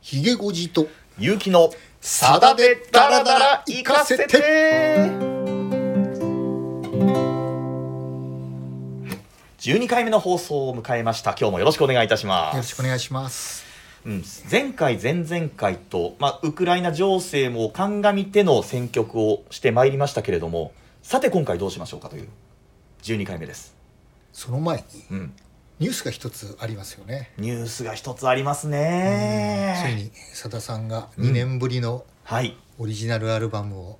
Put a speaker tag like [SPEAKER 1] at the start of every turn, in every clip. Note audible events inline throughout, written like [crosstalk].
[SPEAKER 1] ひげごじと
[SPEAKER 2] ゆうきの
[SPEAKER 1] さだでダラダラ行かせ
[SPEAKER 2] て12回目の放送を迎えました今日もよろしくお願いいたし
[SPEAKER 1] よろ
[SPEAKER 2] ま
[SPEAKER 1] し
[SPEAKER 2] す、
[SPEAKER 1] くお願いします
[SPEAKER 2] うん、前回前々回と、まあ、ウクライナ情勢も鑑みての選曲をしてまいりましたけれどもさて今回どうしましょうかという12回目です、
[SPEAKER 1] その前に
[SPEAKER 2] うん、
[SPEAKER 1] ニュースが一つありますよね
[SPEAKER 2] ニュースが一つあります
[SPEAKER 1] つい
[SPEAKER 2] ね
[SPEAKER 1] にさださんが
[SPEAKER 2] うん
[SPEAKER 1] 2年ぶりの
[SPEAKER 2] はい
[SPEAKER 1] オリジナルアルバムを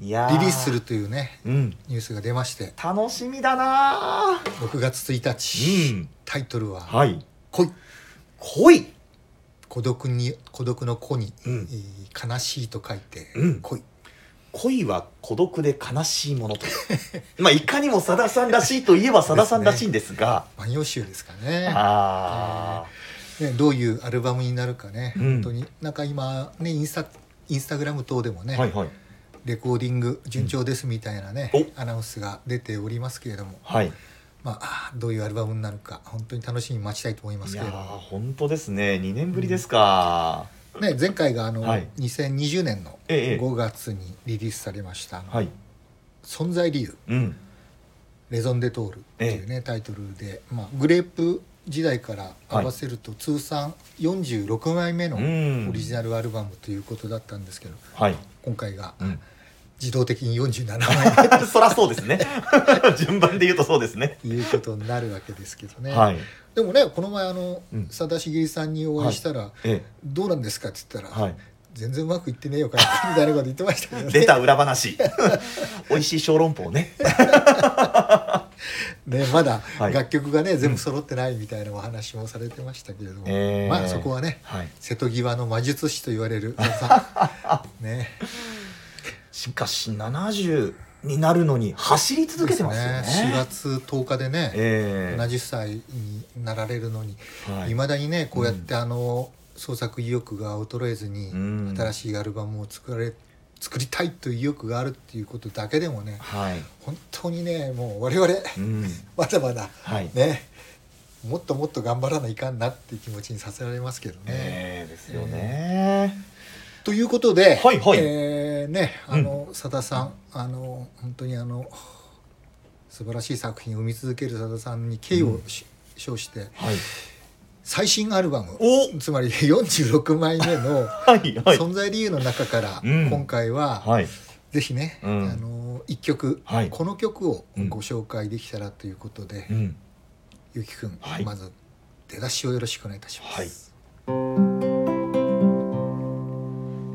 [SPEAKER 2] いやー
[SPEAKER 1] リリースするというね
[SPEAKER 2] うん
[SPEAKER 1] ニュースが出まして
[SPEAKER 2] 楽しみだなー
[SPEAKER 1] 6月1
[SPEAKER 2] う
[SPEAKER 1] 日
[SPEAKER 2] ん
[SPEAKER 1] タイトルは
[SPEAKER 2] はい
[SPEAKER 1] 「恋
[SPEAKER 2] 恋
[SPEAKER 1] 孤独に孤独の子に、
[SPEAKER 2] うん
[SPEAKER 1] えー悲しい」と書いて
[SPEAKER 2] うん
[SPEAKER 1] 恋」
[SPEAKER 2] 恋は孤独で悲しいものと [laughs] まあいかにもさださんらしいといえばさださんらしいんですが
[SPEAKER 1] 万葉集ですかね
[SPEAKER 2] あ
[SPEAKER 1] ねどういうアルバムになるかね、
[SPEAKER 2] うん
[SPEAKER 1] 本当になんか今ねインスタインスタグラム等でもね、
[SPEAKER 2] あはいはい
[SPEAKER 1] レコーディング順調ですみたいなね、
[SPEAKER 2] うん
[SPEAKER 1] アナウンスが出ておりますけれども、
[SPEAKER 2] はい
[SPEAKER 1] まあ、どういうアルバムになるか本当に楽しみに待ちたいと思いま
[SPEAKER 2] い
[SPEAKER 1] すけ
[SPEAKER 2] や
[SPEAKER 1] れ
[SPEAKER 2] ー
[SPEAKER 1] ども、
[SPEAKER 2] 本当ですね2年ぶりですか、
[SPEAKER 1] ね、前回があの、
[SPEAKER 2] はい
[SPEAKER 1] 2020年の
[SPEAKER 2] ええ
[SPEAKER 1] 5月にリリースされました「あの
[SPEAKER 2] はい
[SPEAKER 1] 存在理由
[SPEAKER 2] うん
[SPEAKER 1] レゾンデトール」っていうね、タイトルで、まあ、グレープ時代から合わせると通算46枚目の
[SPEAKER 2] うん
[SPEAKER 1] オリジナルアルバムということだったんですけど、
[SPEAKER 2] はい、
[SPEAKER 1] 今回が
[SPEAKER 2] うん、 [laughs]
[SPEAKER 1] 自動的に47枚目
[SPEAKER 2] そらそうですね [laughs] 順番で言うとそうですね
[SPEAKER 1] ということになるわけですけどね。
[SPEAKER 2] はい
[SPEAKER 1] でもねこの前あの
[SPEAKER 2] うん
[SPEAKER 1] さだしげりさんにお会いしたら「
[SPEAKER 2] え
[SPEAKER 1] どうなんですか?」って言った
[SPEAKER 2] え
[SPEAKER 1] ら、
[SPEAKER 2] はい
[SPEAKER 1] 全然うまくいってねえよから」みたいなこと言ってましたけど
[SPEAKER 2] [laughs] 出
[SPEAKER 1] ね [laughs]
[SPEAKER 2] た裏話美味しい小籠包ね
[SPEAKER 1] ねまだ
[SPEAKER 2] はい
[SPEAKER 1] 楽曲がね、全部揃ってないみたいなお話もされてましたけれども、
[SPEAKER 2] ええ
[SPEAKER 1] まあそこはね
[SPEAKER 2] はい
[SPEAKER 1] 瀬戸際の魔術師と言われる
[SPEAKER 2] [laughs]
[SPEAKER 1] さんね
[SPEAKER 2] しかし70になるのに走り続けてますよ
[SPEAKER 1] 4
[SPEAKER 2] ね
[SPEAKER 1] 月10日でね、
[SPEAKER 2] ええ
[SPEAKER 1] 70歳になられるのに、
[SPEAKER 2] はい
[SPEAKER 1] いまだにねこうやってあの、創作意欲が衰えずに、
[SPEAKER 2] うん
[SPEAKER 1] 新しいアルバムを作られ作りたいという意欲があるっていうことだけでもね
[SPEAKER 2] はい
[SPEAKER 1] 本当にねもう我々
[SPEAKER 2] うん
[SPEAKER 1] まだまだ
[SPEAKER 2] はい
[SPEAKER 1] ねもっともっと頑張らないかんなっていう気持ちにさせられますけどね。
[SPEAKER 2] ええですよね、
[SPEAKER 1] ということで、
[SPEAKER 2] はいはい
[SPEAKER 1] えーねあのさださんあの本当にあの素晴らしい作品を生み続けるさださんに敬意をし称して
[SPEAKER 2] はい
[SPEAKER 1] 最新アルバム
[SPEAKER 2] お
[SPEAKER 1] つまり46枚目の
[SPEAKER 2] は
[SPEAKER 1] 「
[SPEAKER 2] いはい
[SPEAKER 1] 存在理由」の中から
[SPEAKER 2] うん
[SPEAKER 1] 今回は
[SPEAKER 2] はい
[SPEAKER 1] ぜひね、
[SPEAKER 2] うん
[SPEAKER 1] あの一曲、
[SPEAKER 2] はい
[SPEAKER 1] この曲をご紹介できたらということで、
[SPEAKER 2] うん
[SPEAKER 1] ゆきくん、
[SPEAKER 2] はい
[SPEAKER 1] まず出だしをよろしくお願いいたします。
[SPEAKER 2] はい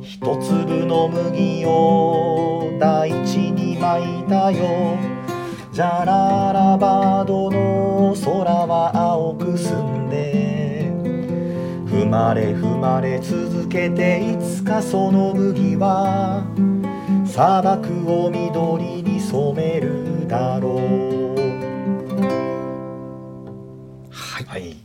[SPEAKER 2] 一粒の麦を大地に撒いたよじゃららバードの空は青く澄んで踏まれ踏まれ続けていつかその麦は砂漠を緑に染めるだろう
[SPEAKER 1] はい
[SPEAKER 2] はい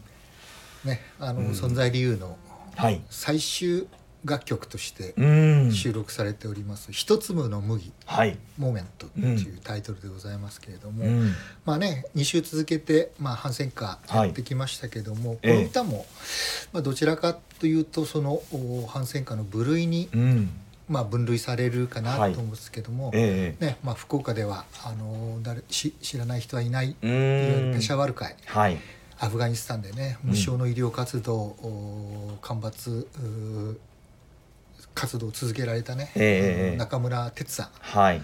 [SPEAKER 1] ねあの、
[SPEAKER 2] うん
[SPEAKER 1] 存在理由の
[SPEAKER 2] はい
[SPEAKER 1] 最終楽曲として
[SPEAKER 2] うん
[SPEAKER 1] 収録されております「一粒の麦
[SPEAKER 2] はい
[SPEAKER 1] モメント」っていうタイトルでございますけれども、
[SPEAKER 2] ん
[SPEAKER 1] まあね2週続けて、まあ、反戦歌やってきましたけども、こ
[SPEAKER 2] ええ
[SPEAKER 1] の歌も、まあ、どちらかというとそのお反戦歌の部類に、
[SPEAKER 2] うん
[SPEAKER 1] まあ、分類されるかなと
[SPEAKER 2] はい
[SPEAKER 1] 思うんですけども、
[SPEAKER 2] え
[SPEAKER 1] ねまあ、福岡ではあの誰し知らない人はいないいわ
[SPEAKER 2] え
[SPEAKER 1] ゆ
[SPEAKER 2] う
[SPEAKER 1] る
[SPEAKER 2] ん
[SPEAKER 1] ペシャワル会
[SPEAKER 2] はい
[SPEAKER 1] アフガニスタンでね無償の医療活動、お干ばつう活動を続けられたね、
[SPEAKER 2] ええええ
[SPEAKER 1] 中村哲さん
[SPEAKER 2] はい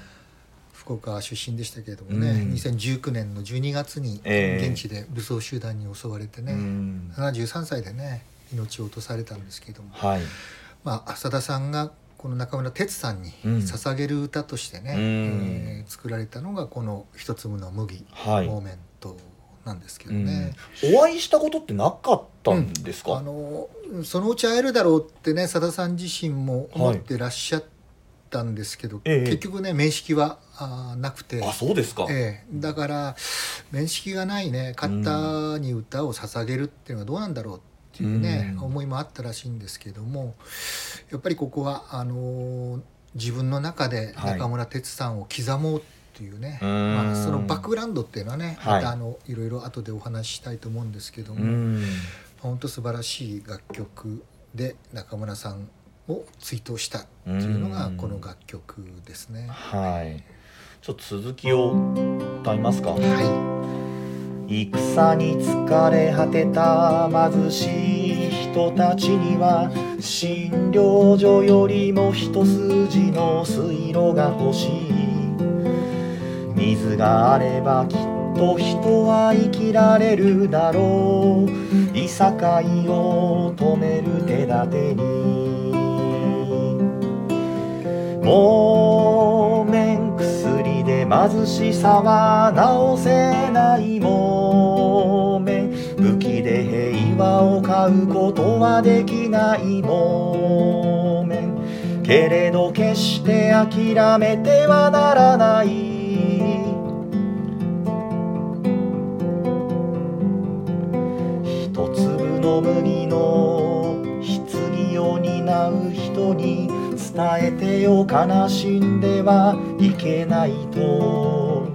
[SPEAKER 1] 福岡出身でしたけれどもね、
[SPEAKER 2] うん
[SPEAKER 1] 2019年の12月に
[SPEAKER 2] ええ
[SPEAKER 1] 現地で武装集団に襲われて
[SPEAKER 2] う
[SPEAKER 1] ね、
[SPEAKER 2] ん
[SPEAKER 1] 73歳でね命を落とされたんですけども、
[SPEAKER 2] はい
[SPEAKER 1] まあ、浅田さんがこの中村哲さんに
[SPEAKER 2] うん
[SPEAKER 1] 捧げる歌としてね、
[SPEAKER 2] うん
[SPEAKER 1] えー作られたのがこの「一粒の麦」
[SPEAKER 2] はい
[SPEAKER 1] モーメントなんですけど
[SPEAKER 2] う
[SPEAKER 1] ね。
[SPEAKER 2] んお会いしたことってなかったんです
[SPEAKER 1] あ
[SPEAKER 2] か
[SPEAKER 1] のそのうち会えるだろうってねさださん自身も思ってらっしゃったんですけど、
[SPEAKER 2] ええ
[SPEAKER 1] 結局ね面識はあーなくて、
[SPEAKER 2] あそうですか
[SPEAKER 1] ええ、だから面識がないね方に歌を捧げるっていうのはどうなんだろうっていうね、
[SPEAKER 2] うん
[SPEAKER 1] 思いもあったらしいんですけどもやっぱりここはあのー自分の中で
[SPEAKER 2] はい
[SPEAKER 1] 中村哲さんを刻もうっていうね、
[SPEAKER 2] うん
[SPEAKER 1] まあ、そのバックグラウンドっていうのはね、
[SPEAKER 2] は
[SPEAKER 1] ま
[SPEAKER 2] い
[SPEAKER 1] たあのいろいろ後でお話ししたいと思うんですけども。
[SPEAKER 2] うん
[SPEAKER 1] 本当素晴らしい楽曲で中村さんを追悼したっていうのが
[SPEAKER 2] うん
[SPEAKER 1] この楽曲ですね。
[SPEAKER 2] はいちょっと続きを歌いますか
[SPEAKER 1] は
[SPEAKER 2] 戦に疲れ果てた貧しい人たちには診療所よりも一筋の水路が欲しい水があればきっと人は生きられるだろういさかいを止める手立てにもう面薬で貧しさは治せないもう面武器で平和を買うことはできないもう面けれど決して諦めてはならない一粒の麦の棺を担う人に伝えてよ悲しんではいけないと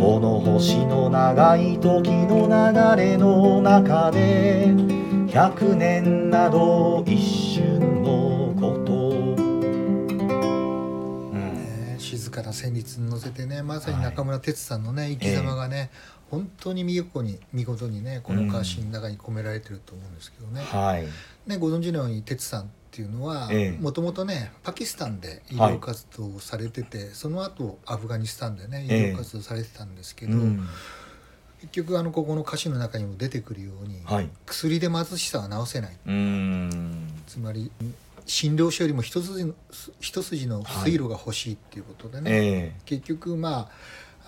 [SPEAKER 2] この星の長い時の流れの中で100年など一瞬のこと、
[SPEAKER 1] い、ね静かな旋律に乗せてねまさに中村哲さんのね生き様がね、本当に見事に見事にねこの歌詞の中に込められてると思うんですけどね。
[SPEAKER 2] はい
[SPEAKER 1] ね、ご存知のように哲さんっていうのは
[SPEAKER 2] ええ
[SPEAKER 1] もともとねパキスタンで医
[SPEAKER 2] は
[SPEAKER 1] 療
[SPEAKER 2] い
[SPEAKER 1] 活動をされてて、その後アフガニスタンでね医
[SPEAKER 2] ええ
[SPEAKER 1] 療活動されてたんですけど、結局あのここの歌詞の中にも出てくるように、
[SPEAKER 2] はい
[SPEAKER 1] 薬で貧しさは治せない
[SPEAKER 2] うん
[SPEAKER 1] つまり診療所よりも一筋の一筋の水路が欲しいっていうことでね、
[SPEAKER 2] え
[SPEAKER 1] 結局まあ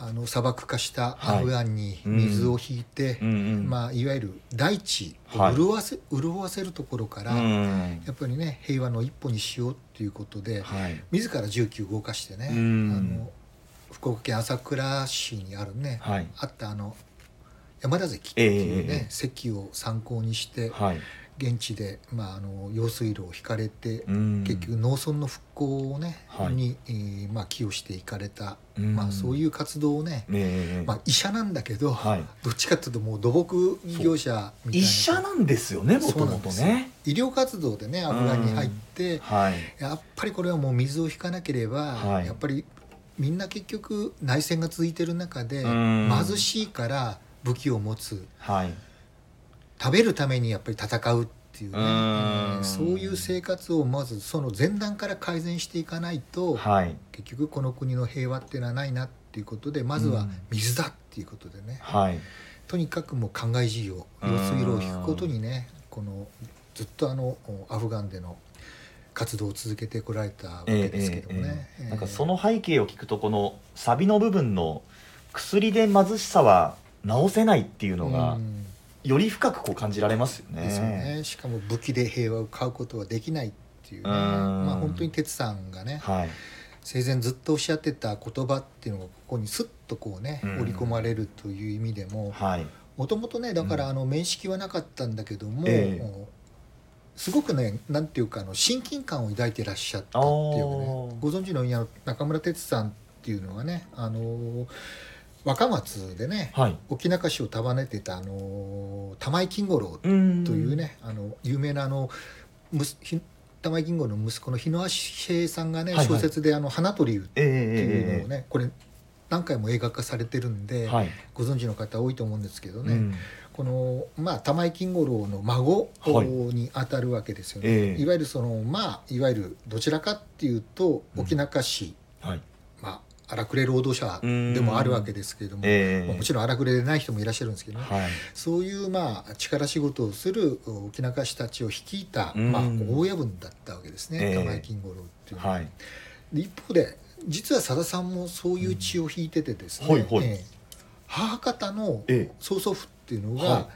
[SPEAKER 1] あの砂漠化した
[SPEAKER 2] は
[SPEAKER 1] ア
[SPEAKER 2] い
[SPEAKER 1] フガンに水を引いて、
[SPEAKER 2] えうんうん
[SPEAKER 1] まあ、いわゆる大地
[SPEAKER 2] は
[SPEAKER 1] を
[SPEAKER 2] い
[SPEAKER 1] 潤わせ,、潤わせるところから、
[SPEAKER 2] うん
[SPEAKER 1] やっぱりね平和の一歩にしようっていうことで、
[SPEAKER 2] はい
[SPEAKER 1] 自ら重機を動かしてね、
[SPEAKER 2] うん
[SPEAKER 1] あの福岡県朝倉市にあるね、
[SPEAKER 2] はい
[SPEAKER 1] あったあの山田関っていう
[SPEAKER 2] えええ
[SPEAKER 1] ね
[SPEAKER 2] え、
[SPEAKER 1] 関を参考にして、
[SPEAKER 2] はい
[SPEAKER 1] 現地で、まあ、あの用水路を引かれて、
[SPEAKER 2] うん
[SPEAKER 1] 結局農村の復興をね、
[SPEAKER 2] はい
[SPEAKER 1] に、えーまあ、寄与していかれた、
[SPEAKER 2] うん
[SPEAKER 1] まあ、そういう活動をね、
[SPEAKER 2] ええ
[SPEAKER 1] まあ、医者なんだけど、
[SPEAKER 2] はい
[SPEAKER 1] どっちかっていうともう土木業者みたいな
[SPEAKER 2] 医者なんですよねも
[SPEAKER 1] そ
[SPEAKER 2] と
[SPEAKER 1] うな
[SPEAKER 2] も
[SPEAKER 1] ん
[SPEAKER 2] と
[SPEAKER 1] ですよ
[SPEAKER 2] ね
[SPEAKER 1] 医療活動でねアフガンに入って、
[SPEAKER 2] はい
[SPEAKER 1] やっぱりこれはもう水を引かなければ、
[SPEAKER 2] はい
[SPEAKER 1] やっぱりみんな結局内戦が続いてる中で
[SPEAKER 2] うん
[SPEAKER 1] 貧しいから武器を持つ
[SPEAKER 2] はい
[SPEAKER 1] 食べるためにやっぱり戦うっていうね
[SPEAKER 2] うん
[SPEAKER 1] えーそういう生活をまずその前段から改善していかないと
[SPEAKER 2] はい
[SPEAKER 1] 結局この国の平和っていうのはないなっていうことでまず
[SPEAKER 2] う
[SPEAKER 1] は
[SPEAKER 2] ん
[SPEAKER 1] 水だっていうことでね
[SPEAKER 2] はい
[SPEAKER 1] とにかくもう灌漑事業用水路を引くことにねこのずっとあのアフガンでの活動を続けてこられたわ
[SPEAKER 2] ええ
[SPEAKER 1] けですけどもね
[SPEAKER 2] え。えなんかそ
[SPEAKER 1] の
[SPEAKER 2] の背景を聞くとこのサビの部分の薬で貧しさは治せないっていうのがより深くこう感じられますよね
[SPEAKER 1] ですよねしかも武器で平和を買うことはできないっていうね
[SPEAKER 2] うん
[SPEAKER 1] まあ本当に哲さんがね
[SPEAKER 2] はい
[SPEAKER 1] 生前ずっとおっしゃってた言葉っていうのがここにスッとこうね
[SPEAKER 2] うん
[SPEAKER 1] 織り込まれるという意味でも
[SPEAKER 2] はい
[SPEAKER 1] もともとねだからあの面識はなかったんだけども、
[SPEAKER 2] ええ
[SPEAKER 1] おすごくねなんていうかあの親近感を抱いてらっしゃったっていうか
[SPEAKER 2] お
[SPEAKER 1] ね
[SPEAKER 2] ー
[SPEAKER 1] ご存知のようにあの中村哲さんっていうのはねあのー若松でね
[SPEAKER 2] はい
[SPEAKER 1] 沖中市を束ねてたあのー玉井金五郎
[SPEAKER 2] うーん
[SPEAKER 1] というね、あの有名なあのむすひ玉井金吾の息子の日野足平さんがね、
[SPEAKER 2] はいはい
[SPEAKER 1] 小説で「あの花鳥湯」っ
[SPEAKER 2] ええ
[SPEAKER 1] ていうのを
[SPEAKER 2] えええ
[SPEAKER 1] ね、これ何回も映画化されてるん
[SPEAKER 2] え
[SPEAKER 1] で、
[SPEAKER 2] はい
[SPEAKER 1] ご存知の方多いと思うんですけどね、
[SPEAKER 2] うん
[SPEAKER 1] この、まあ、玉井金五郎の孫
[SPEAKER 2] はい
[SPEAKER 1] にあたるわけですよね。
[SPEAKER 2] ええ
[SPEAKER 1] いわゆるそのまあいわゆるどちらかっていうと
[SPEAKER 2] うん
[SPEAKER 1] 沖中市、
[SPEAKER 2] はい
[SPEAKER 1] まあ荒くれ労働者でもあるわけですけれども、
[SPEAKER 2] え
[SPEAKER 1] まあもちろん荒くれでない人もいらっしゃるんですけどね、
[SPEAKER 2] はい
[SPEAKER 1] そういうまあ力仕事をする沖中市たちを率いた、
[SPEAKER 2] うん
[SPEAKER 1] まあ、大親分だったわけです
[SPEAKER 2] え
[SPEAKER 1] ね、
[SPEAKER 2] え
[SPEAKER 1] 玉井金五郎っていうのは、
[SPEAKER 2] はい
[SPEAKER 1] で一方で実はさださんもそういう血を引いててですね、
[SPEAKER 2] うんはいはい
[SPEAKER 1] ええ母方の
[SPEAKER 2] ええ
[SPEAKER 1] 曽祖父っていうのが、
[SPEAKER 2] は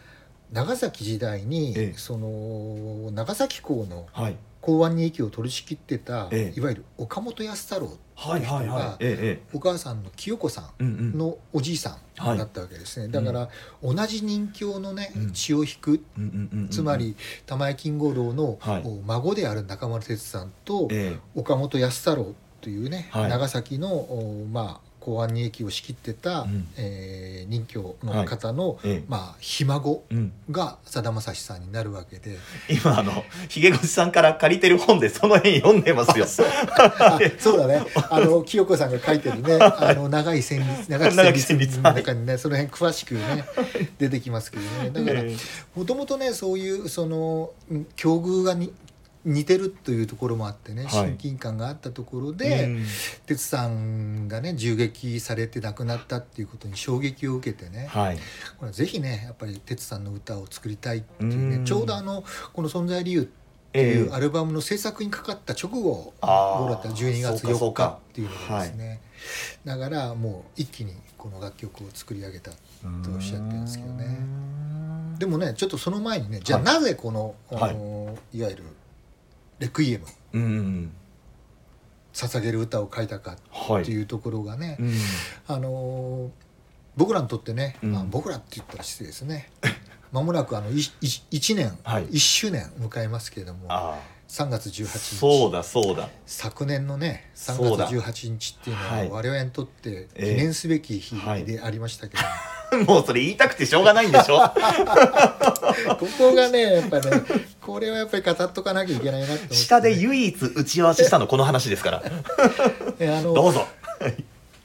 [SPEAKER 1] 長崎時代に、
[SPEAKER 2] ええ
[SPEAKER 1] その長崎港の
[SPEAKER 2] はい
[SPEAKER 1] 港湾に駅を取り仕切ってた、
[SPEAKER 2] ええ
[SPEAKER 1] いわゆる岡本安太郎
[SPEAKER 2] はいはいはいえええ
[SPEAKER 1] お母さんの清子さん
[SPEAKER 2] えうんうん
[SPEAKER 1] のおじいさんだったわけですね、だから同じ任教のね
[SPEAKER 2] うん
[SPEAKER 1] 血を引く、
[SPEAKER 2] うんうんうんうん
[SPEAKER 1] つまり玉井金五郎の
[SPEAKER 2] はい
[SPEAKER 1] お孫である中村哲さんと
[SPEAKER 2] ええ
[SPEAKER 1] 岡本安太郎というね、
[SPEAKER 2] はい
[SPEAKER 1] 長崎のおまあ公安に駅を仕切ってた、
[SPEAKER 2] うん
[SPEAKER 1] えー任教の方の、
[SPEAKER 2] ええ
[SPEAKER 1] まあひ孫
[SPEAKER 2] うん、
[SPEAKER 1] がさだまさしさんになるわけ
[SPEAKER 2] [laughs]
[SPEAKER 1] で
[SPEAKER 2] 今あのひげ越しさんから借りてる本でその辺読んでますよ。
[SPEAKER 1] あそうだねあの清子さんが書いてるねあの長い旋律長
[SPEAKER 2] 長き
[SPEAKER 1] き
[SPEAKER 2] 旋
[SPEAKER 1] 旋
[SPEAKER 2] 律
[SPEAKER 1] 律の中にねその辺詳しくね出てきますけどねだから
[SPEAKER 2] ええ
[SPEAKER 1] もともとねそういうそのうん境遇がに似てるというところもあってね、
[SPEAKER 2] はい
[SPEAKER 1] 親近感があったところで、
[SPEAKER 2] うん
[SPEAKER 1] 哲さんがね銃撃されて亡くなったっていうことに衝撃を受けてね、
[SPEAKER 2] はい、
[SPEAKER 1] これはぜひねやっぱり哲さんの歌を作りたいっていうね、
[SPEAKER 2] うん
[SPEAKER 1] ちょうどあのこの「存在理由」って
[SPEAKER 2] え
[SPEAKER 1] いうアルバムの制作にかかった直後
[SPEAKER 2] あー
[SPEAKER 1] 頃だったら12月
[SPEAKER 2] そうかそう
[SPEAKER 1] 4日
[SPEAKER 2] か
[SPEAKER 1] っていうのがですね、だからもう一気にこの楽曲を作り上げたとおっしゃってるんですけどね
[SPEAKER 2] うん
[SPEAKER 1] でもねちょっとその前にねじゃあ
[SPEAKER 2] はい
[SPEAKER 1] なぜこの、
[SPEAKER 2] はい
[SPEAKER 1] あのいわゆる「レクイエム」
[SPEAKER 2] うん、
[SPEAKER 1] 捧げる歌を書いたか
[SPEAKER 2] はい。
[SPEAKER 1] っていうところがね、
[SPEAKER 2] うん
[SPEAKER 1] あのー僕らにとってね、
[SPEAKER 2] うん
[SPEAKER 1] あ僕らって言ったら失礼ですねまもなくあのいい1年、
[SPEAKER 2] はい
[SPEAKER 1] 1周年迎えますけれども
[SPEAKER 2] あ
[SPEAKER 1] 3月
[SPEAKER 2] あ、
[SPEAKER 1] 18
[SPEAKER 2] そう
[SPEAKER 1] 日
[SPEAKER 2] だそうだ。 [laughs]
[SPEAKER 1] 昨年のね
[SPEAKER 2] そう
[SPEAKER 1] 3
[SPEAKER 2] だ
[SPEAKER 1] 月18日っていうのは
[SPEAKER 2] はい
[SPEAKER 1] 我々にとって記念すべき日
[SPEAKER 2] ええ
[SPEAKER 1] でありましたけど、
[SPEAKER 2] もうそれ言いたくてしょうがないんでしょ。
[SPEAKER 1] [laughs] ここがねやっぱねこれはやっぱり語っとかなきゃいけないなと思って、
[SPEAKER 2] 下で唯一打ち合わせしたのこの話ですから。
[SPEAKER 1] えあ
[SPEAKER 2] ど
[SPEAKER 1] の [laughs]
[SPEAKER 2] うぞ。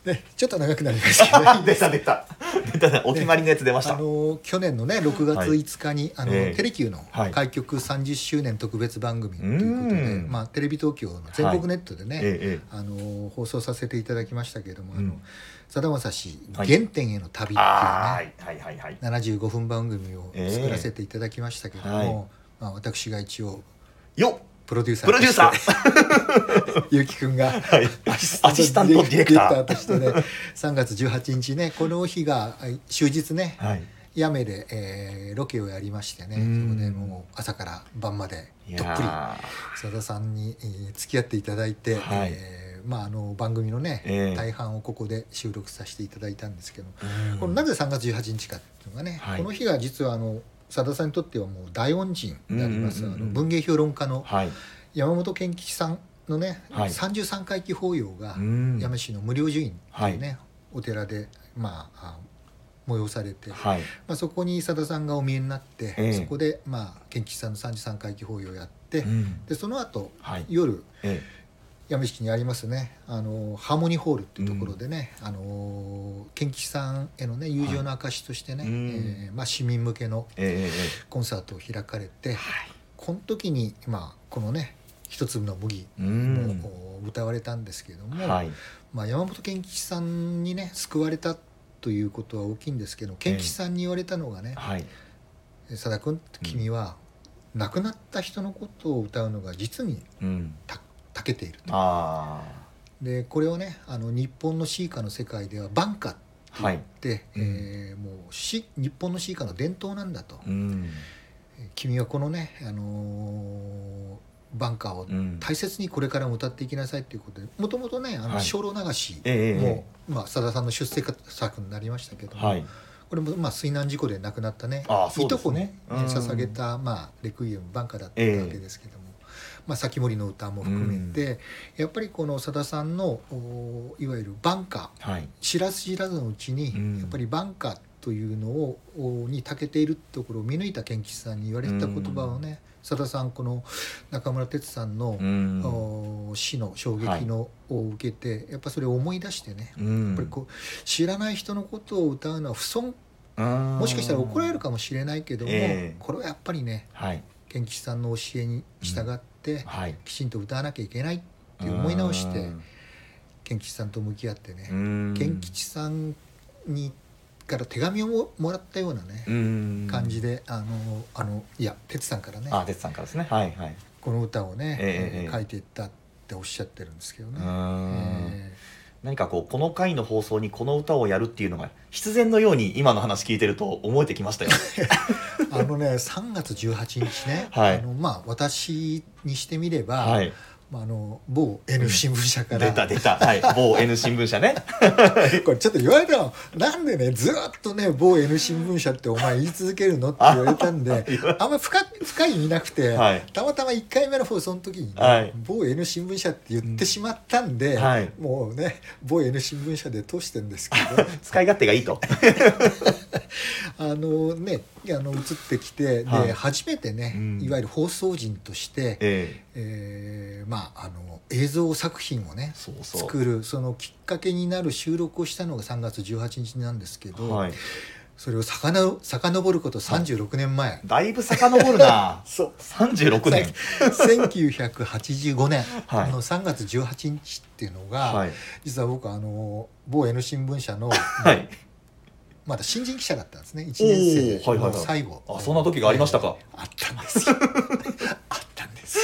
[SPEAKER 1] ねちょっと長くなりました
[SPEAKER 2] [laughs]
[SPEAKER 1] けど、
[SPEAKER 2] 出た出た出たねお決まりのやつ出まし
[SPEAKER 1] あ
[SPEAKER 2] た。
[SPEAKER 1] の去年のね6月5日に、あの
[SPEAKER 2] ええ
[SPEAKER 1] テレキューの
[SPEAKER 2] はい
[SPEAKER 1] 開局30周年特別番組ということで、
[SPEAKER 2] うん
[SPEAKER 1] まあ、テレビ東京の全国ネットでね、
[SPEAKER 2] ええええ
[SPEAKER 1] あの放送させていただきましたけれども「
[SPEAKER 2] う
[SPEAKER 1] あ
[SPEAKER 2] ん
[SPEAKER 1] のさだまさし
[SPEAKER 2] は
[SPEAKER 1] 原
[SPEAKER 2] い
[SPEAKER 1] 点への旅」っていうね、
[SPEAKER 2] あーはいはいはいはい。
[SPEAKER 1] 75分番組を作らせていただきましたけれども、
[SPEAKER 2] ええはい
[SPEAKER 1] まあ、私が一応
[SPEAKER 2] よっ
[SPEAKER 1] プロデューサー
[SPEAKER 2] プロデューサー。
[SPEAKER 1] ー [laughs] ゆうきくんが [laughs]
[SPEAKER 2] はい [laughs] アシスタントディレクタ
[SPEAKER 1] ディレクター
[SPEAKER 2] ー
[SPEAKER 1] としてね3月18日ねこの日があ終日ね、
[SPEAKER 2] はい。
[SPEAKER 1] やめで、えーロケをやりましてね
[SPEAKER 2] うん
[SPEAKER 1] そこでもう朝から晩まで
[SPEAKER 2] い
[SPEAKER 1] どっぷり
[SPEAKER 2] や
[SPEAKER 1] さださんに、えー付き合っていただいて、
[SPEAKER 2] はい
[SPEAKER 1] えーまあ、あの番組のね、
[SPEAKER 2] ええ
[SPEAKER 1] 大半をここで収録させていただいたんですけど、
[SPEAKER 2] ーうん
[SPEAKER 1] このなぜ3月18日かっていうのがね、
[SPEAKER 2] はい
[SPEAKER 1] この日が実はあのさださんにとってはもう大恩人であります、
[SPEAKER 2] うんうんうんうん
[SPEAKER 1] あの文芸評論家の
[SPEAKER 2] はい。
[SPEAKER 1] 山本健吉さんのね、
[SPEAKER 2] はい
[SPEAKER 1] 33回忌法要が
[SPEAKER 2] うん
[SPEAKER 1] 八女市の無料寺院っていうね、お寺で、まあ、あ催されて。
[SPEAKER 2] はい。
[SPEAKER 1] まあ、そこにさださんがお見えになって、
[SPEAKER 2] ええ
[SPEAKER 1] そこで、まあ、賢吉さんの33回忌法要をやって、
[SPEAKER 2] うん
[SPEAKER 1] でその後
[SPEAKER 2] はい。
[SPEAKER 1] 夜
[SPEAKER 2] え
[SPEAKER 1] 闇市にありますねあのハーモニーホールっていうところでね、あの賢吉さんへの、ね、友情の証としてね、
[SPEAKER 2] うん
[SPEAKER 1] えーまあ、市民向けの
[SPEAKER 2] えええええ
[SPEAKER 1] コンサートを開かれて、この時に、まあ、このね「一粒の麦
[SPEAKER 2] えう」
[SPEAKER 1] も
[SPEAKER 2] ん。
[SPEAKER 1] こう歌われたんですけども、
[SPEAKER 2] はい。
[SPEAKER 1] まあ、山本賢吉さんにね救われたということは大きいんですけど賢吉さんに言われたのがね、
[SPEAKER 2] はい。
[SPEAKER 1] 佐田君君は亡くなった人のことを歌うのが実に
[SPEAKER 2] うん。
[SPEAKER 1] た長けていると
[SPEAKER 2] あ
[SPEAKER 1] でこれをねあの日本の詩歌の世界では晩歌って
[SPEAKER 2] あ。はい。
[SPEAKER 1] 言って、
[SPEAKER 2] うん
[SPEAKER 1] えーもう詩日本の詩歌の伝統なんだと、
[SPEAKER 2] うん。
[SPEAKER 1] 君はこのね、あのー、晩歌を
[SPEAKER 2] うん。
[SPEAKER 1] 大切にこれからも歌っていきなさいということでもともとねあ
[SPEAKER 2] は
[SPEAKER 1] の
[SPEAKER 2] い
[SPEAKER 1] 精霊流しも、
[SPEAKER 2] ええええ
[SPEAKER 1] まあ、佐田さんの出世作になりましたけども、
[SPEAKER 2] はい。
[SPEAKER 1] これも、まあ、水難事故で亡くなったね
[SPEAKER 2] ああそう
[SPEAKER 1] い
[SPEAKER 2] で
[SPEAKER 1] と
[SPEAKER 2] す
[SPEAKER 1] こ
[SPEAKER 2] ね
[SPEAKER 1] ね、
[SPEAKER 2] うん
[SPEAKER 1] 捧げた、まあ、レクイエム晩歌だったわけですけども、まあ、先森の歌も含めて、やっぱりこのさださんのおいわゆる晩歌
[SPEAKER 2] はい。
[SPEAKER 1] 知らず知らずのうちに、
[SPEAKER 2] うん
[SPEAKER 1] やっぱり晩歌というのをおに長けているところを見抜いた賢吉さんに言われた言葉をねさだ、さんこの中村哲さんの、
[SPEAKER 2] うん。
[SPEAKER 1] お死の衝撃の、を受けてやっぱそれを思い出してね、
[SPEAKER 2] うん
[SPEAKER 1] やっぱりこう知らない人のことを歌うのは不損
[SPEAKER 2] うん
[SPEAKER 1] もしかしたら怒られるかもしれないけども、
[SPEAKER 2] ええ
[SPEAKER 1] これはやっぱりね
[SPEAKER 2] はい。
[SPEAKER 1] 賢吉さんの教えに従って、
[SPEAKER 2] はい。
[SPEAKER 1] きちんと歌わなきゃいけないって思い直して
[SPEAKER 2] うん
[SPEAKER 1] 賢吉さんと向き合ってね
[SPEAKER 2] うん
[SPEAKER 1] 賢吉さんにから手紙をももらったようなね、
[SPEAKER 2] うん
[SPEAKER 1] 感じであのあのいや哲さんからね
[SPEAKER 2] あ哲さんからですねはいはい
[SPEAKER 1] この歌をね、
[SPEAKER 2] ええええ
[SPEAKER 1] 書いていったっておっしゃってるんですけど
[SPEAKER 2] う
[SPEAKER 1] ね。
[SPEAKER 2] ん
[SPEAKER 1] え
[SPEAKER 2] 何かこうこの回の放送にこの歌をやるっていうのが必然のように今の話聞いてると思えてきまし
[SPEAKER 1] [laughs]
[SPEAKER 2] たよ
[SPEAKER 1] えあのね3月18日ね、
[SPEAKER 2] はい
[SPEAKER 1] あのまあ、私にしてみれば、
[SPEAKER 2] はい
[SPEAKER 1] まあ、あの某 N 新聞社から、
[SPEAKER 2] 出た出たはい某 N 新聞
[SPEAKER 1] [laughs]
[SPEAKER 2] 社ね
[SPEAKER 1] これちょっと言われたのなんでねずーっとね某 N 新聞社ってお前言い続けるのって言われたんであんま深く深い意味なくて、
[SPEAKER 2] はい
[SPEAKER 1] たまたま1回目の放送の時に、ね
[SPEAKER 2] はい
[SPEAKER 1] 某 N 新聞社って言ってしまったんで、
[SPEAKER 2] うんはい
[SPEAKER 1] もうね某 N 新聞社で通してるんですけ
[SPEAKER 2] [laughs]
[SPEAKER 1] ど
[SPEAKER 2] 使い勝手がい
[SPEAKER 1] [laughs]
[SPEAKER 2] いと
[SPEAKER 1] あのねあの移ってきて、
[SPEAKER 2] は
[SPEAKER 1] で
[SPEAKER 2] い
[SPEAKER 1] 初めてね、
[SPEAKER 2] うん
[SPEAKER 1] いわゆる放送人として、
[SPEAKER 2] え
[SPEAKER 1] えーまああの映像作品をね
[SPEAKER 2] えそうそう
[SPEAKER 1] 作るそのきっかけになる収録をしたのが3月18日なんですけど、
[SPEAKER 2] はい、
[SPEAKER 1] それをさかの遡ること36年前、
[SPEAKER 2] だいぶ遡るな
[SPEAKER 1] そう
[SPEAKER 2] 36年
[SPEAKER 1] 1985年
[SPEAKER 2] [laughs] はい
[SPEAKER 1] の3月18日っていうのが、
[SPEAKER 2] はい
[SPEAKER 1] 実は僕あの某 N 新聞社の、
[SPEAKER 2] [laughs] はい
[SPEAKER 1] まだ新人記者だったんですね1年
[SPEAKER 2] お
[SPEAKER 1] 生
[SPEAKER 2] ーはいは
[SPEAKER 1] の
[SPEAKER 2] いはい
[SPEAKER 1] 最後
[SPEAKER 2] あそんな時がありましたか、
[SPEAKER 1] あったんですよ [laughs] あったんですよ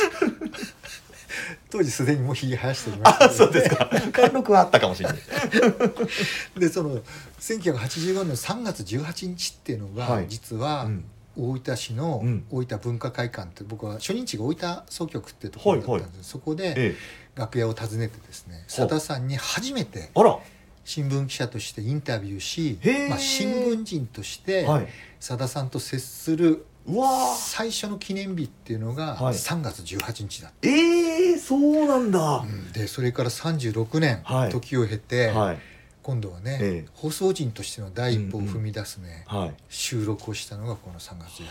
[SPEAKER 1] [laughs] 当時すでにもうひげ生やしておりましたけ
[SPEAKER 2] あ
[SPEAKER 1] ど
[SPEAKER 2] そうですか貫禄はあったかもしれない
[SPEAKER 1] でその1985年の3月18日っていうのが、
[SPEAKER 2] はい
[SPEAKER 1] 実は、
[SPEAKER 2] うん
[SPEAKER 1] 大分市の
[SPEAKER 2] うん
[SPEAKER 1] 大分文化会館って僕は初任地が大分総局ってところだったんです、
[SPEAKER 2] はい
[SPEAKER 1] そこで
[SPEAKER 2] ええ
[SPEAKER 1] 楽屋を訪ねてですね佐田さんに初めて
[SPEAKER 2] あら
[SPEAKER 1] 新聞記者としてインタビューし
[SPEAKER 2] へ、ー
[SPEAKER 1] まあ、新聞人として
[SPEAKER 2] はい
[SPEAKER 1] 佐田さんと接する
[SPEAKER 2] うわー
[SPEAKER 1] 最初の記念日っていうのが
[SPEAKER 2] はい
[SPEAKER 1] 3月18日だっ
[SPEAKER 2] ええそうなんだ、
[SPEAKER 1] た、うんでそれから36年
[SPEAKER 2] はい
[SPEAKER 1] 時を経て、
[SPEAKER 2] はい
[SPEAKER 1] 今度はね、
[SPEAKER 2] ええ
[SPEAKER 1] 放送人としての第一歩を踏み出すね、
[SPEAKER 2] はい
[SPEAKER 1] 収録をしたのがこの3月18日で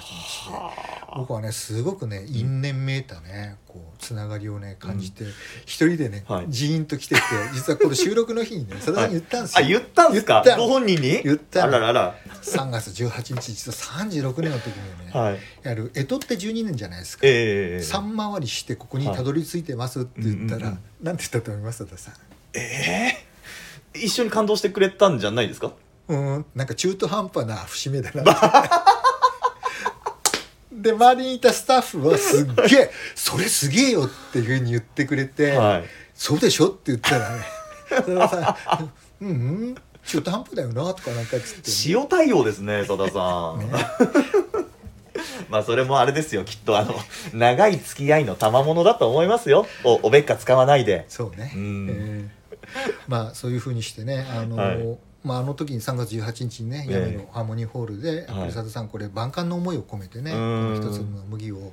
[SPEAKER 2] は
[SPEAKER 1] 僕はねすごくね因縁めいたねこうつながりをね感じて、一人でね、
[SPEAKER 2] はい
[SPEAKER 1] ジーンと来てて
[SPEAKER 2] [laughs]
[SPEAKER 1] 実はこの収録の日にねさださんに言ったんです
[SPEAKER 2] あ
[SPEAKER 1] よ、
[SPEAKER 2] 言ったんですか
[SPEAKER 1] 言った
[SPEAKER 2] ご本人に
[SPEAKER 1] 言った
[SPEAKER 2] あららら
[SPEAKER 1] 3月18日実は36年の時にね、
[SPEAKER 2] らはい
[SPEAKER 1] やる干支って12年じゃないですか、
[SPEAKER 2] ええ
[SPEAKER 1] 三回りしてここにたどり着いてますって言ったら、
[SPEAKER 2] はいうんうん
[SPEAKER 1] なんて言ったと思いますさださん
[SPEAKER 2] ええ一緒に感動してくれたんじゃないですか
[SPEAKER 1] うーんなんか中途半端な節目だ
[SPEAKER 2] [laughs]
[SPEAKER 1] なで周りにいたスタッフはすっげえ「それすげえよ」っていうふうに言ってくれて「
[SPEAKER 2] はい
[SPEAKER 1] そうでしょ?」って言ったらねそれさ「うんうん中途半端だよな」とかなんかつって、
[SPEAKER 2] 塩対応ですね佐田さん、
[SPEAKER 1] ね
[SPEAKER 2] [laughs] まあそれもあれですよきっとあの長い付き合いの賜物だと思いますよおおべっか使わないで
[SPEAKER 1] そうね、
[SPEAKER 2] うん
[SPEAKER 1] えーまあそういうふうにしてねあの、
[SPEAKER 2] はい
[SPEAKER 1] まあ、あの時に3月18日にね
[SPEAKER 2] ええ
[SPEAKER 1] 闇のハーモニーホールで、やっぱ
[SPEAKER 2] はい
[SPEAKER 1] りさださんこれ万感の思いを込めてね「
[SPEAKER 2] う
[SPEAKER 1] こ
[SPEAKER 2] ん
[SPEAKER 1] の一粒の麦を」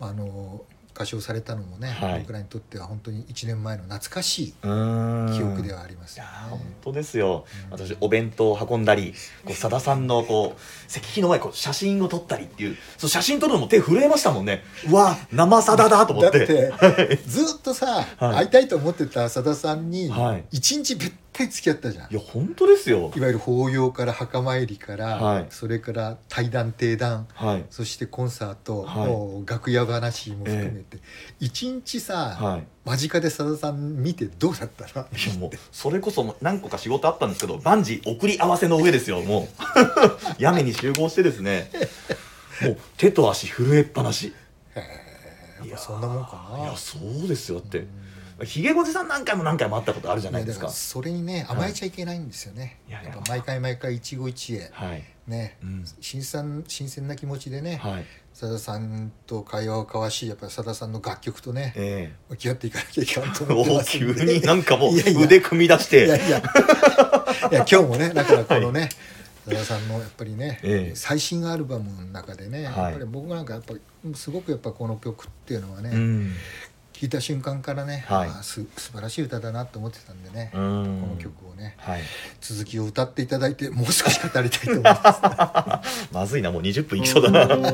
[SPEAKER 1] あの歌唱されたのもね、
[SPEAKER 2] はい
[SPEAKER 1] 僕らにとっては本当に1年前の懐かしい
[SPEAKER 2] うん
[SPEAKER 1] 記憶で
[SPEAKER 2] は
[SPEAKER 1] はあります
[SPEAKER 2] い
[SPEAKER 1] よ
[SPEAKER 2] や
[SPEAKER 1] ね
[SPEAKER 2] ー本当ですよ
[SPEAKER 1] うん
[SPEAKER 2] 私お弁当を運んだりこう佐田さんのこう石碑の前こう写真を撮ったりっていうそう写真撮るのも手震えましたもんねうわ生さだだと思
[SPEAKER 1] だ
[SPEAKER 2] っ
[SPEAKER 1] っててずっとさ、
[SPEAKER 2] はい
[SPEAKER 1] 会いたいと思ってたさださんに
[SPEAKER 2] はい
[SPEAKER 1] 一日べったり付き合ったじゃん、
[SPEAKER 2] いや本当ですよ
[SPEAKER 1] い、わゆる法要から墓参りから、
[SPEAKER 2] はい
[SPEAKER 1] それから対談定談
[SPEAKER 2] はい
[SPEAKER 1] そしてコンサート、
[SPEAKER 2] はい
[SPEAKER 1] もう楽屋話も含めて、一日さ、
[SPEAKER 2] はい
[SPEAKER 1] 間近でさださん見てどうだったら
[SPEAKER 2] いやもうそれこそもう何個か仕事あったんですけど万事送り合わせの上ですよもう [laughs] 屋根に集合してですねもう手と足震えっぱなし
[SPEAKER 1] やっぱそんなもんかない
[SPEAKER 2] やそうですよだっ
[SPEAKER 1] う
[SPEAKER 2] て
[SPEAKER 1] ん
[SPEAKER 2] ひげごじさん何回も何回も会ったことあるじゃないです
[SPEAKER 1] いやだ
[SPEAKER 2] か
[SPEAKER 1] らそれにね甘えちゃいけないんですよね、
[SPEAKER 2] はいいやいや
[SPEAKER 1] やっぱ毎回毎回一期一会
[SPEAKER 2] はい、
[SPEAKER 1] ね
[SPEAKER 2] うん
[SPEAKER 1] 新鮮新鮮な気持ちでね
[SPEAKER 2] はい
[SPEAKER 1] さだ、さんと会話を交わしやっぱりさださんの楽曲とね
[SPEAKER 2] え
[SPEAKER 1] 向き合っていかなきゃいけないと
[SPEAKER 2] え
[SPEAKER 1] 思って
[SPEAKER 2] [laughs] お
[SPEAKER 1] ま
[SPEAKER 2] ー
[SPEAKER 1] す
[SPEAKER 2] 急
[SPEAKER 1] んで
[SPEAKER 2] になんかもう
[SPEAKER 1] いやいや
[SPEAKER 2] 腕組み出して
[SPEAKER 1] いやい
[SPEAKER 2] [laughs]
[SPEAKER 1] やいや今日もねだからこのねさださんのやっぱりね、
[SPEAKER 2] ええ
[SPEAKER 1] 最新アルバムの中でね、や
[SPEAKER 2] はい
[SPEAKER 1] っぱり僕なんかやっぱりすごくやっぱこの曲っていうのはね、
[SPEAKER 2] うん
[SPEAKER 1] 聞いた瞬間からね、
[SPEAKER 2] はい
[SPEAKER 1] あす素晴らしい歌だなと思ってたんでね、
[SPEAKER 2] う
[SPEAKER 1] こ
[SPEAKER 2] ん
[SPEAKER 1] の曲をね
[SPEAKER 2] はい
[SPEAKER 1] 続きを歌っていただいてもう少し語りたいと思います。
[SPEAKER 2] [laughs] まずいなもう20分いきそうだな [laughs]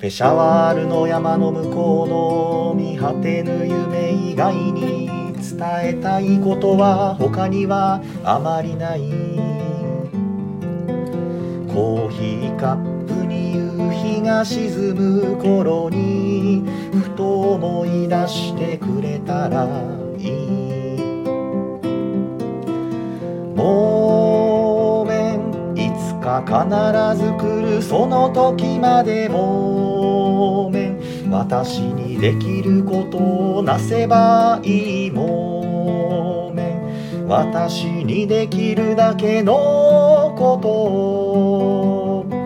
[SPEAKER 2] ペシャワールの山の向こうの見果てぬ夢以外に伝えたいことは他にはあまりないコーヒーカップに夕日が沈む頃にふと思い出してくれたらいいもうめんいつか必ず来るその時までもうめん私にできることをなせばいいもうめん私にできるだけのことをも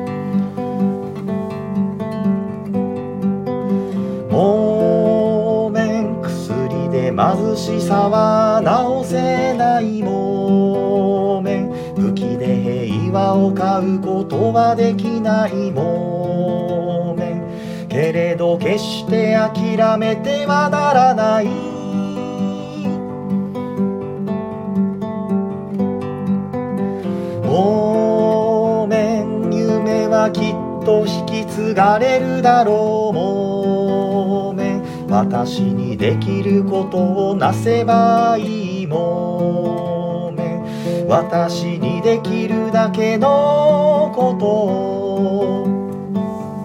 [SPEAKER 2] 貧しさは直せないもめ武器で平和を買うことはできないもめけれど決して諦めてはならないもめん夢はきっと引き継がれるだろうもめん私にできることをなせばいいもめん私にできるだけのことを [laughs]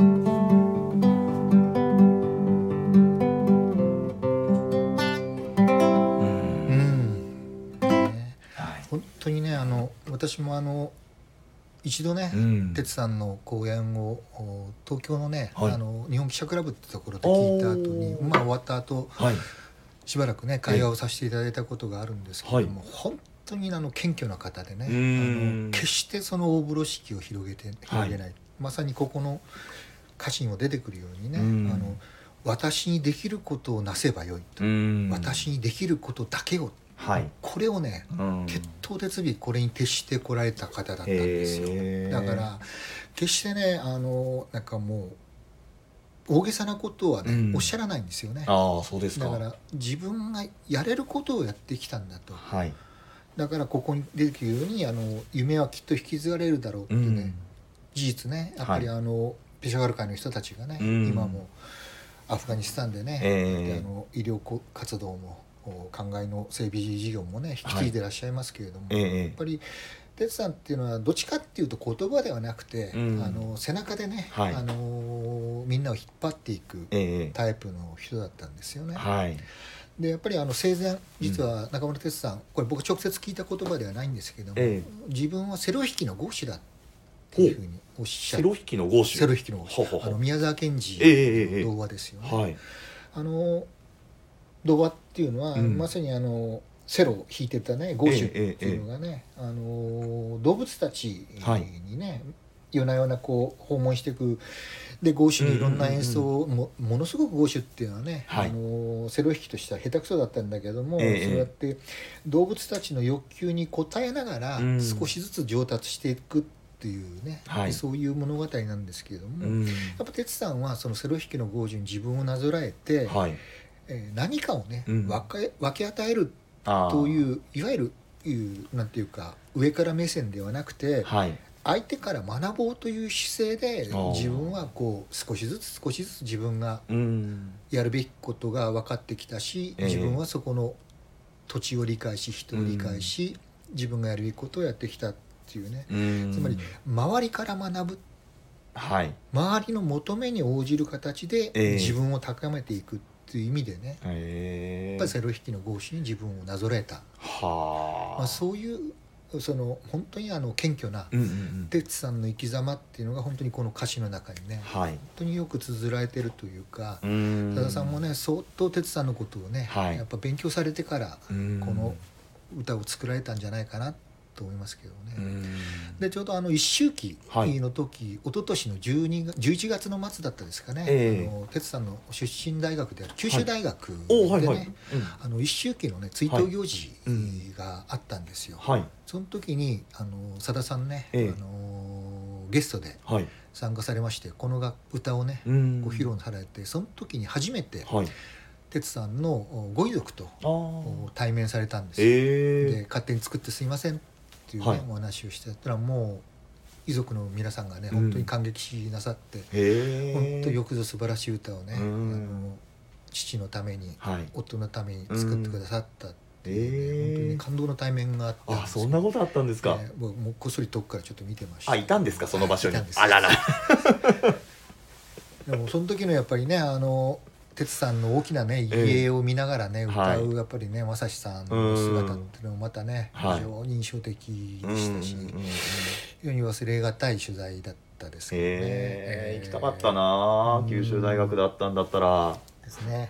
[SPEAKER 2] うん
[SPEAKER 1] うんね
[SPEAKER 2] はい
[SPEAKER 1] 本当にねあの私もあの一度ね、
[SPEAKER 2] うん
[SPEAKER 1] 哲さんの講演をお東京のね、
[SPEAKER 2] はい
[SPEAKER 1] あの日本記者クラブってところで聞いた後に
[SPEAKER 2] おー
[SPEAKER 1] まあ終わった後
[SPEAKER 2] はい
[SPEAKER 1] しばらくね会話をさせていただいたことがあるんですけども、本当にあの謙虚な方でね
[SPEAKER 2] うーん
[SPEAKER 1] あの決してその大風呂敷を広げて広げない、まさにここの歌詞にも出てくるようにね、
[SPEAKER 2] うん
[SPEAKER 1] あの私にできることをなせばよいと、
[SPEAKER 2] うん
[SPEAKER 1] 私にできることだけを
[SPEAKER 2] はい
[SPEAKER 1] これをね
[SPEAKER 2] うん
[SPEAKER 1] 徹頭徹尾これに徹してこられた方だったんですよ、
[SPEAKER 2] へー
[SPEAKER 1] だから決してねあのなんかもう大げさなことはね、
[SPEAKER 2] うん
[SPEAKER 1] おっしゃらないんですよね
[SPEAKER 2] ああそうですか
[SPEAKER 1] だから自分がやれることをやってきたんだと
[SPEAKER 2] はい
[SPEAKER 1] だからここに出てくるようにあの夢はきっと引き継がれるだろうって
[SPEAKER 2] う
[SPEAKER 1] ね、
[SPEAKER 2] ん
[SPEAKER 1] 事実ねやっぱりあの、ペシャワル会の人たちがね、
[SPEAKER 2] うん
[SPEAKER 1] 今もアフガニスタンでね、であ
[SPEAKER 2] え
[SPEAKER 1] の医療こ活動もお灌漑の整備事業もね引き継いでらっしゃいますけれども、
[SPEAKER 2] え
[SPEAKER 1] やっ
[SPEAKER 2] ええ
[SPEAKER 1] ぱり哲さんっていうのはどっちかっていうと言葉ではなくて、
[SPEAKER 2] うん
[SPEAKER 1] あの背中でね、
[SPEAKER 2] はい
[SPEAKER 1] あのみんなを引っ張っていく
[SPEAKER 2] え
[SPEAKER 1] タイプの人だったんですよね。
[SPEAKER 2] えはい
[SPEAKER 1] でやっぱりあの生前実は中村哲さん、これ僕直接聞いた言葉ではないんですけども、
[SPEAKER 2] え
[SPEAKER 1] 自分はセロ引きの合主だっていうふうにおっしゃ
[SPEAKER 2] セ
[SPEAKER 1] る
[SPEAKER 2] ロ引きの豪州
[SPEAKER 1] セロ引きの合主
[SPEAKER 2] ほほほ
[SPEAKER 1] あの宮沢賢治
[SPEAKER 2] ええええええ
[SPEAKER 1] の童話ですよね。
[SPEAKER 2] はい
[SPEAKER 1] あの童話っていうのは、
[SPEAKER 2] うん
[SPEAKER 1] まさにあのセロを弾いてたねゴーシュっていうのがね、あの動物たちにね、夜な夜なこう訪問していくでゴーシュにいろんな演奏を、もものすごくゴーシュっていうのはね、
[SPEAKER 2] はい
[SPEAKER 1] あのセロ弾きとしては下手くそだったんだけども、
[SPEAKER 2] ええ
[SPEAKER 1] そうやって動物たちの欲求に応えながら、
[SPEAKER 2] うん
[SPEAKER 1] 少しずつ上達していくっていうね、
[SPEAKER 2] はい
[SPEAKER 1] そういう物語なんですけれども、
[SPEAKER 2] うん
[SPEAKER 1] やっぱ哲さんはそのセロ弾きのゴーシュに自分をなぞらえて、
[SPEAKER 2] はい
[SPEAKER 1] えー何かをね、
[SPEAKER 2] うん
[SPEAKER 1] 分け分け与える
[SPEAKER 2] ああ
[SPEAKER 1] といういわゆるいうなんていうか上から目線ではなくて
[SPEAKER 2] はい
[SPEAKER 1] 相手から学ぼうという姿勢で
[SPEAKER 2] あー
[SPEAKER 1] 自分はこう少しずつ少しずつ自分が
[SPEAKER 2] うん
[SPEAKER 1] やるべきことが分かってきたし、
[SPEAKER 2] ええ
[SPEAKER 1] 自分はそこの土地を理解し人を理解し、自分がやるべきことをやってきたっていうね
[SPEAKER 2] うん
[SPEAKER 1] つまり周りから学ぶ
[SPEAKER 2] はい
[SPEAKER 1] 周りの求めに応じる形で
[SPEAKER 2] ええ
[SPEAKER 1] 自分を高めていくっていう意味でね、や
[SPEAKER 2] え
[SPEAKER 1] っぱ
[SPEAKER 2] え
[SPEAKER 1] りセロ引きの合詞に自分をなぞらえた、
[SPEAKER 2] は
[SPEAKER 1] まあ、そういうその本当にあの謙虚な
[SPEAKER 2] うんうんうん
[SPEAKER 1] 哲さんの生き様っていうのが本当にこの歌詞の中にね本
[SPEAKER 2] はい
[SPEAKER 1] 当によく綴られてるというか
[SPEAKER 2] うん
[SPEAKER 1] 多田さんもね相当哲さんのことをね、
[SPEAKER 2] はい
[SPEAKER 1] やっぱ勉強されてから
[SPEAKER 2] うん
[SPEAKER 1] この歌を作られたんじゃないかなと思いますけど
[SPEAKER 2] う
[SPEAKER 1] ね。
[SPEAKER 2] ん
[SPEAKER 1] でちょうどあの一周期
[SPEAKER 2] はい
[SPEAKER 1] の時、一昨年の12月11月の末だったですかね、
[SPEAKER 2] ええ
[SPEAKER 1] あの哲さんの出身大学である九州大学でね、
[SPEAKER 2] おはいはいうん
[SPEAKER 1] あの一周忌のね追悼行事
[SPEAKER 2] はいうん
[SPEAKER 1] があったんですよ、
[SPEAKER 2] はい
[SPEAKER 1] その時にあのさださんね、
[SPEAKER 2] ええ
[SPEAKER 1] あのーゲストで
[SPEAKER 2] はい
[SPEAKER 1] 参加されましてこの楽歌をね、
[SPEAKER 2] うん
[SPEAKER 1] ご披露されてその時に初めて
[SPEAKER 2] はい
[SPEAKER 1] 哲さんのおご遺族と
[SPEAKER 2] あ
[SPEAKER 1] お
[SPEAKER 2] あ
[SPEAKER 1] 対面されたんですよ、
[SPEAKER 2] え
[SPEAKER 1] で勝手に作ってすいませんっていうね、
[SPEAKER 2] はい
[SPEAKER 1] お話をしてたらもう遺族の皆さんがね
[SPEAKER 2] うん
[SPEAKER 1] 本当に感激しなさって、
[SPEAKER 2] えへえ
[SPEAKER 1] 本当よくぞ素晴らしい歌をね、
[SPEAKER 2] うん
[SPEAKER 1] あの父のために
[SPEAKER 2] はい
[SPEAKER 1] 夫のために作ってくださったっていうね、本
[SPEAKER 2] うん
[SPEAKER 1] 当に感動の対面があった
[SPEAKER 2] あそんなことあったんですか
[SPEAKER 1] えーもうもうこっそり遠くからちょっと見てました
[SPEAKER 2] あいたんですかその場所に
[SPEAKER 1] いたんです
[SPEAKER 2] あらら
[SPEAKER 1] でもその時のやっぱりねあの哲さんの大きなね遺影を見ながらね、
[SPEAKER 2] え
[SPEAKER 1] 歌
[SPEAKER 2] は
[SPEAKER 1] うやっぱりね正志さんの姿っていうのもまたね、
[SPEAKER 2] うんはい
[SPEAKER 1] 非常に印象的でしたし、
[SPEAKER 2] うんうんうん
[SPEAKER 1] 非常に忘れがたい取材だったですけどね、え
[SPEAKER 2] ええ
[SPEAKER 1] ー
[SPEAKER 2] 行きたかったなあ
[SPEAKER 1] うん
[SPEAKER 2] 九州大学だったんだったら
[SPEAKER 1] ですね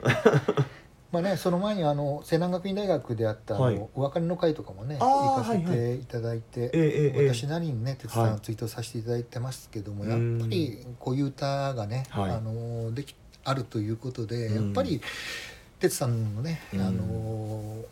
[SPEAKER 1] [laughs] まあねその前にあの西南学院大学であったあの、
[SPEAKER 2] はい
[SPEAKER 1] お別れの会とかもね
[SPEAKER 2] あー
[SPEAKER 1] 行かせ
[SPEAKER 2] はい
[SPEAKER 1] ていただいて、
[SPEAKER 2] ええええええ
[SPEAKER 1] 私なりにね哲さんを追悼させていただいてますけども、
[SPEAKER 2] はい
[SPEAKER 1] やっぱりこういう歌がね、
[SPEAKER 2] はい
[SPEAKER 1] あのできあるということで、
[SPEAKER 2] うん
[SPEAKER 1] やっぱり哲さんのね、
[SPEAKER 2] うん
[SPEAKER 1] あの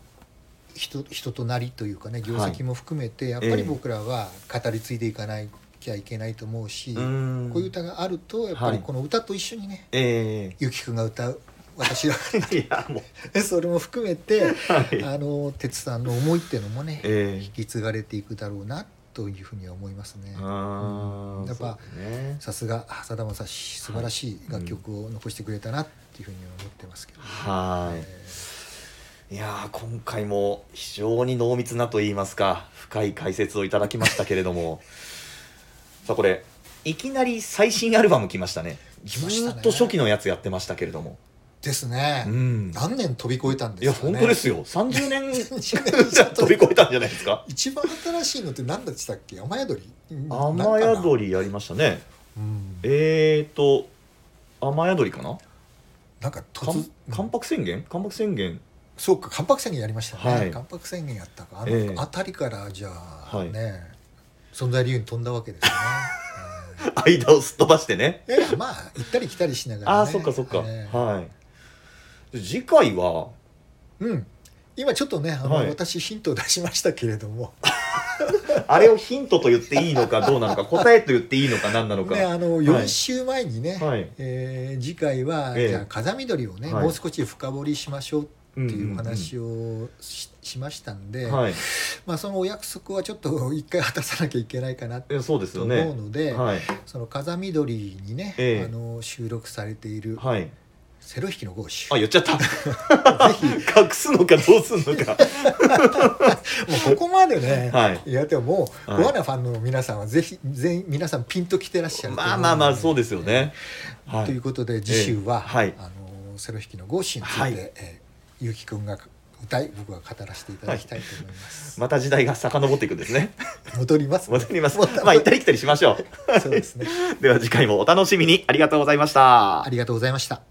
[SPEAKER 1] 人人となりというかね業績も含めて、やっぱり僕らは語り継いでいかなきゃいけないと思うし、
[SPEAKER 2] ん
[SPEAKER 1] こういう歌があるとやっぱりこの歌と一緒にね、
[SPEAKER 2] え
[SPEAKER 1] ゆきくんが歌う私ら
[SPEAKER 2] えいやも
[SPEAKER 1] [laughs]
[SPEAKER 2] う
[SPEAKER 1] それも含めて
[SPEAKER 2] [laughs] はい
[SPEAKER 1] あの哲さんの思いっていうのもね、
[SPEAKER 2] え
[SPEAKER 1] 引き継がれていくだろうなというふうには思いますね。
[SPEAKER 2] あ
[SPEAKER 1] うんやっぱ
[SPEAKER 2] そうね
[SPEAKER 1] さすがさだまさし素晴らしい楽曲を残してくれたなっていうふうには思ってますけど、ね
[SPEAKER 2] はい
[SPEAKER 1] えー
[SPEAKER 2] いやー今回も非常に濃密なと言いますか深い解説をいただきましたけれども [laughs] さあこれいきなり最新アルバム来ましたね
[SPEAKER 1] 来ましたね
[SPEAKER 2] ずーっと初期のやつやってましたけれども
[SPEAKER 1] ですね、
[SPEAKER 2] うん
[SPEAKER 1] 何年飛び越えたん
[SPEAKER 2] い
[SPEAKER 1] で
[SPEAKER 2] や
[SPEAKER 1] すかね
[SPEAKER 2] 本当
[SPEAKER 1] [laughs]
[SPEAKER 2] ですよ30年
[SPEAKER 1] 30
[SPEAKER 2] じゃあ飛び越えたんじゃないですか
[SPEAKER 1] 一番新しいのって何だったっけ雨宿り
[SPEAKER 2] 雨
[SPEAKER 1] り、
[SPEAKER 2] 宿りやりましたね
[SPEAKER 1] うん、
[SPEAKER 2] えーと雨宿りかな
[SPEAKER 1] なんか
[SPEAKER 2] かん
[SPEAKER 1] 突
[SPEAKER 2] 関白宣言関白宣言
[SPEAKER 1] そうか関白宣言やりましたね、
[SPEAKER 2] はい
[SPEAKER 1] 関白宣言やったかあ
[SPEAKER 2] ええ
[SPEAKER 1] のあたりからじゃあ
[SPEAKER 2] はい
[SPEAKER 1] ね、存在理由に飛んだわけですね、
[SPEAKER 2] 間をすっ飛ばしてね
[SPEAKER 1] ええ
[SPEAKER 2] [laughs]
[SPEAKER 1] いやまあ行ったり来たりしながら、ね、
[SPEAKER 2] ああそっかそっか、
[SPEAKER 1] ええ
[SPEAKER 2] はい次回は
[SPEAKER 1] うん今ちょっとねあの、
[SPEAKER 2] はい
[SPEAKER 1] 私ヒントを出しましたけれども
[SPEAKER 2] あれをヒントと言っていいのかどうなのか答えと言っていいのか何なのか、
[SPEAKER 1] ね、あの
[SPEAKER 2] い
[SPEAKER 1] 4週前にね、
[SPEAKER 2] はい
[SPEAKER 1] えー次回は、
[SPEAKER 2] ええ
[SPEAKER 1] じゃあ風見鶏をね、
[SPEAKER 2] はい
[SPEAKER 1] もう少し深掘りしましょうっていうお話
[SPEAKER 2] を、
[SPEAKER 1] をし,、しましたんで、
[SPEAKER 2] はい
[SPEAKER 1] まあ、そのお約束はちょっと一回果たさなきゃいけないかな
[SPEAKER 2] えそうです
[SPEAKER 1] と
[SPEAKER 2] よ
[SPEAKER 1] 思う
[SPEAKER 2] ね
[SPEAKER 1] ので、
[SPEAKER 2] はい
[SPEAKER 1] その風見鶏にね、
[SPEAKER 2] ええ
[SPEAKER 1] あの収録されている
[SPEAKER 2] はい
[SPEAKER 1] 「セロ引きの合詞」
[SPEAKER 2] あ
[SPEAKER 1] ぜ
[SPEAKER 2] 言っちゃった
[SPEAKER 1] ひも
[SPEAKER 2] [laughs] 隠すのかどうすん
[SPEAKER 1] [laughs]
[SPEAKER 2] のか
[SPEAKER 1] うここまでね、
[SPEAKER 2] はい
[SPEAKER 1] やってももう、
[SPEAKER 2] はい
[SPEAKER 1] ゴアナファンの皆さんはぜひ全員皆さんピンときてらっしゃると思
[SPEAKER 2] ま
[SPEAKER 1] の
[SPEAKER 2] あまあまあそうですよね、は
[SPEAKER 1] とい
[SPEAKER 2] いう
[SPEAKER 1] ことで次週は、
[SPEAKER 2] ええはい
[SPEAKER 1] あのセロ弾きの合詞について、
[SPEAKER 2] はい
[SPEAKER 1] えーゆうきくんが歌い僕が語らせていただきたいと思います、
[SPEAKER 2] また時代が遡っていくんですね
[SPEAKER 1] 戻ります
[SPEAKER 2] 戻ります
[SPEAKER 1] 戻
[SPEAKER 2] まあ行ったり来たりしましょ
[SPEAKER 1] そうですね
[SPEAKER 2] うでは次回もお楽しみにありがとうございました
[SPEAKER 1] ありがとうございました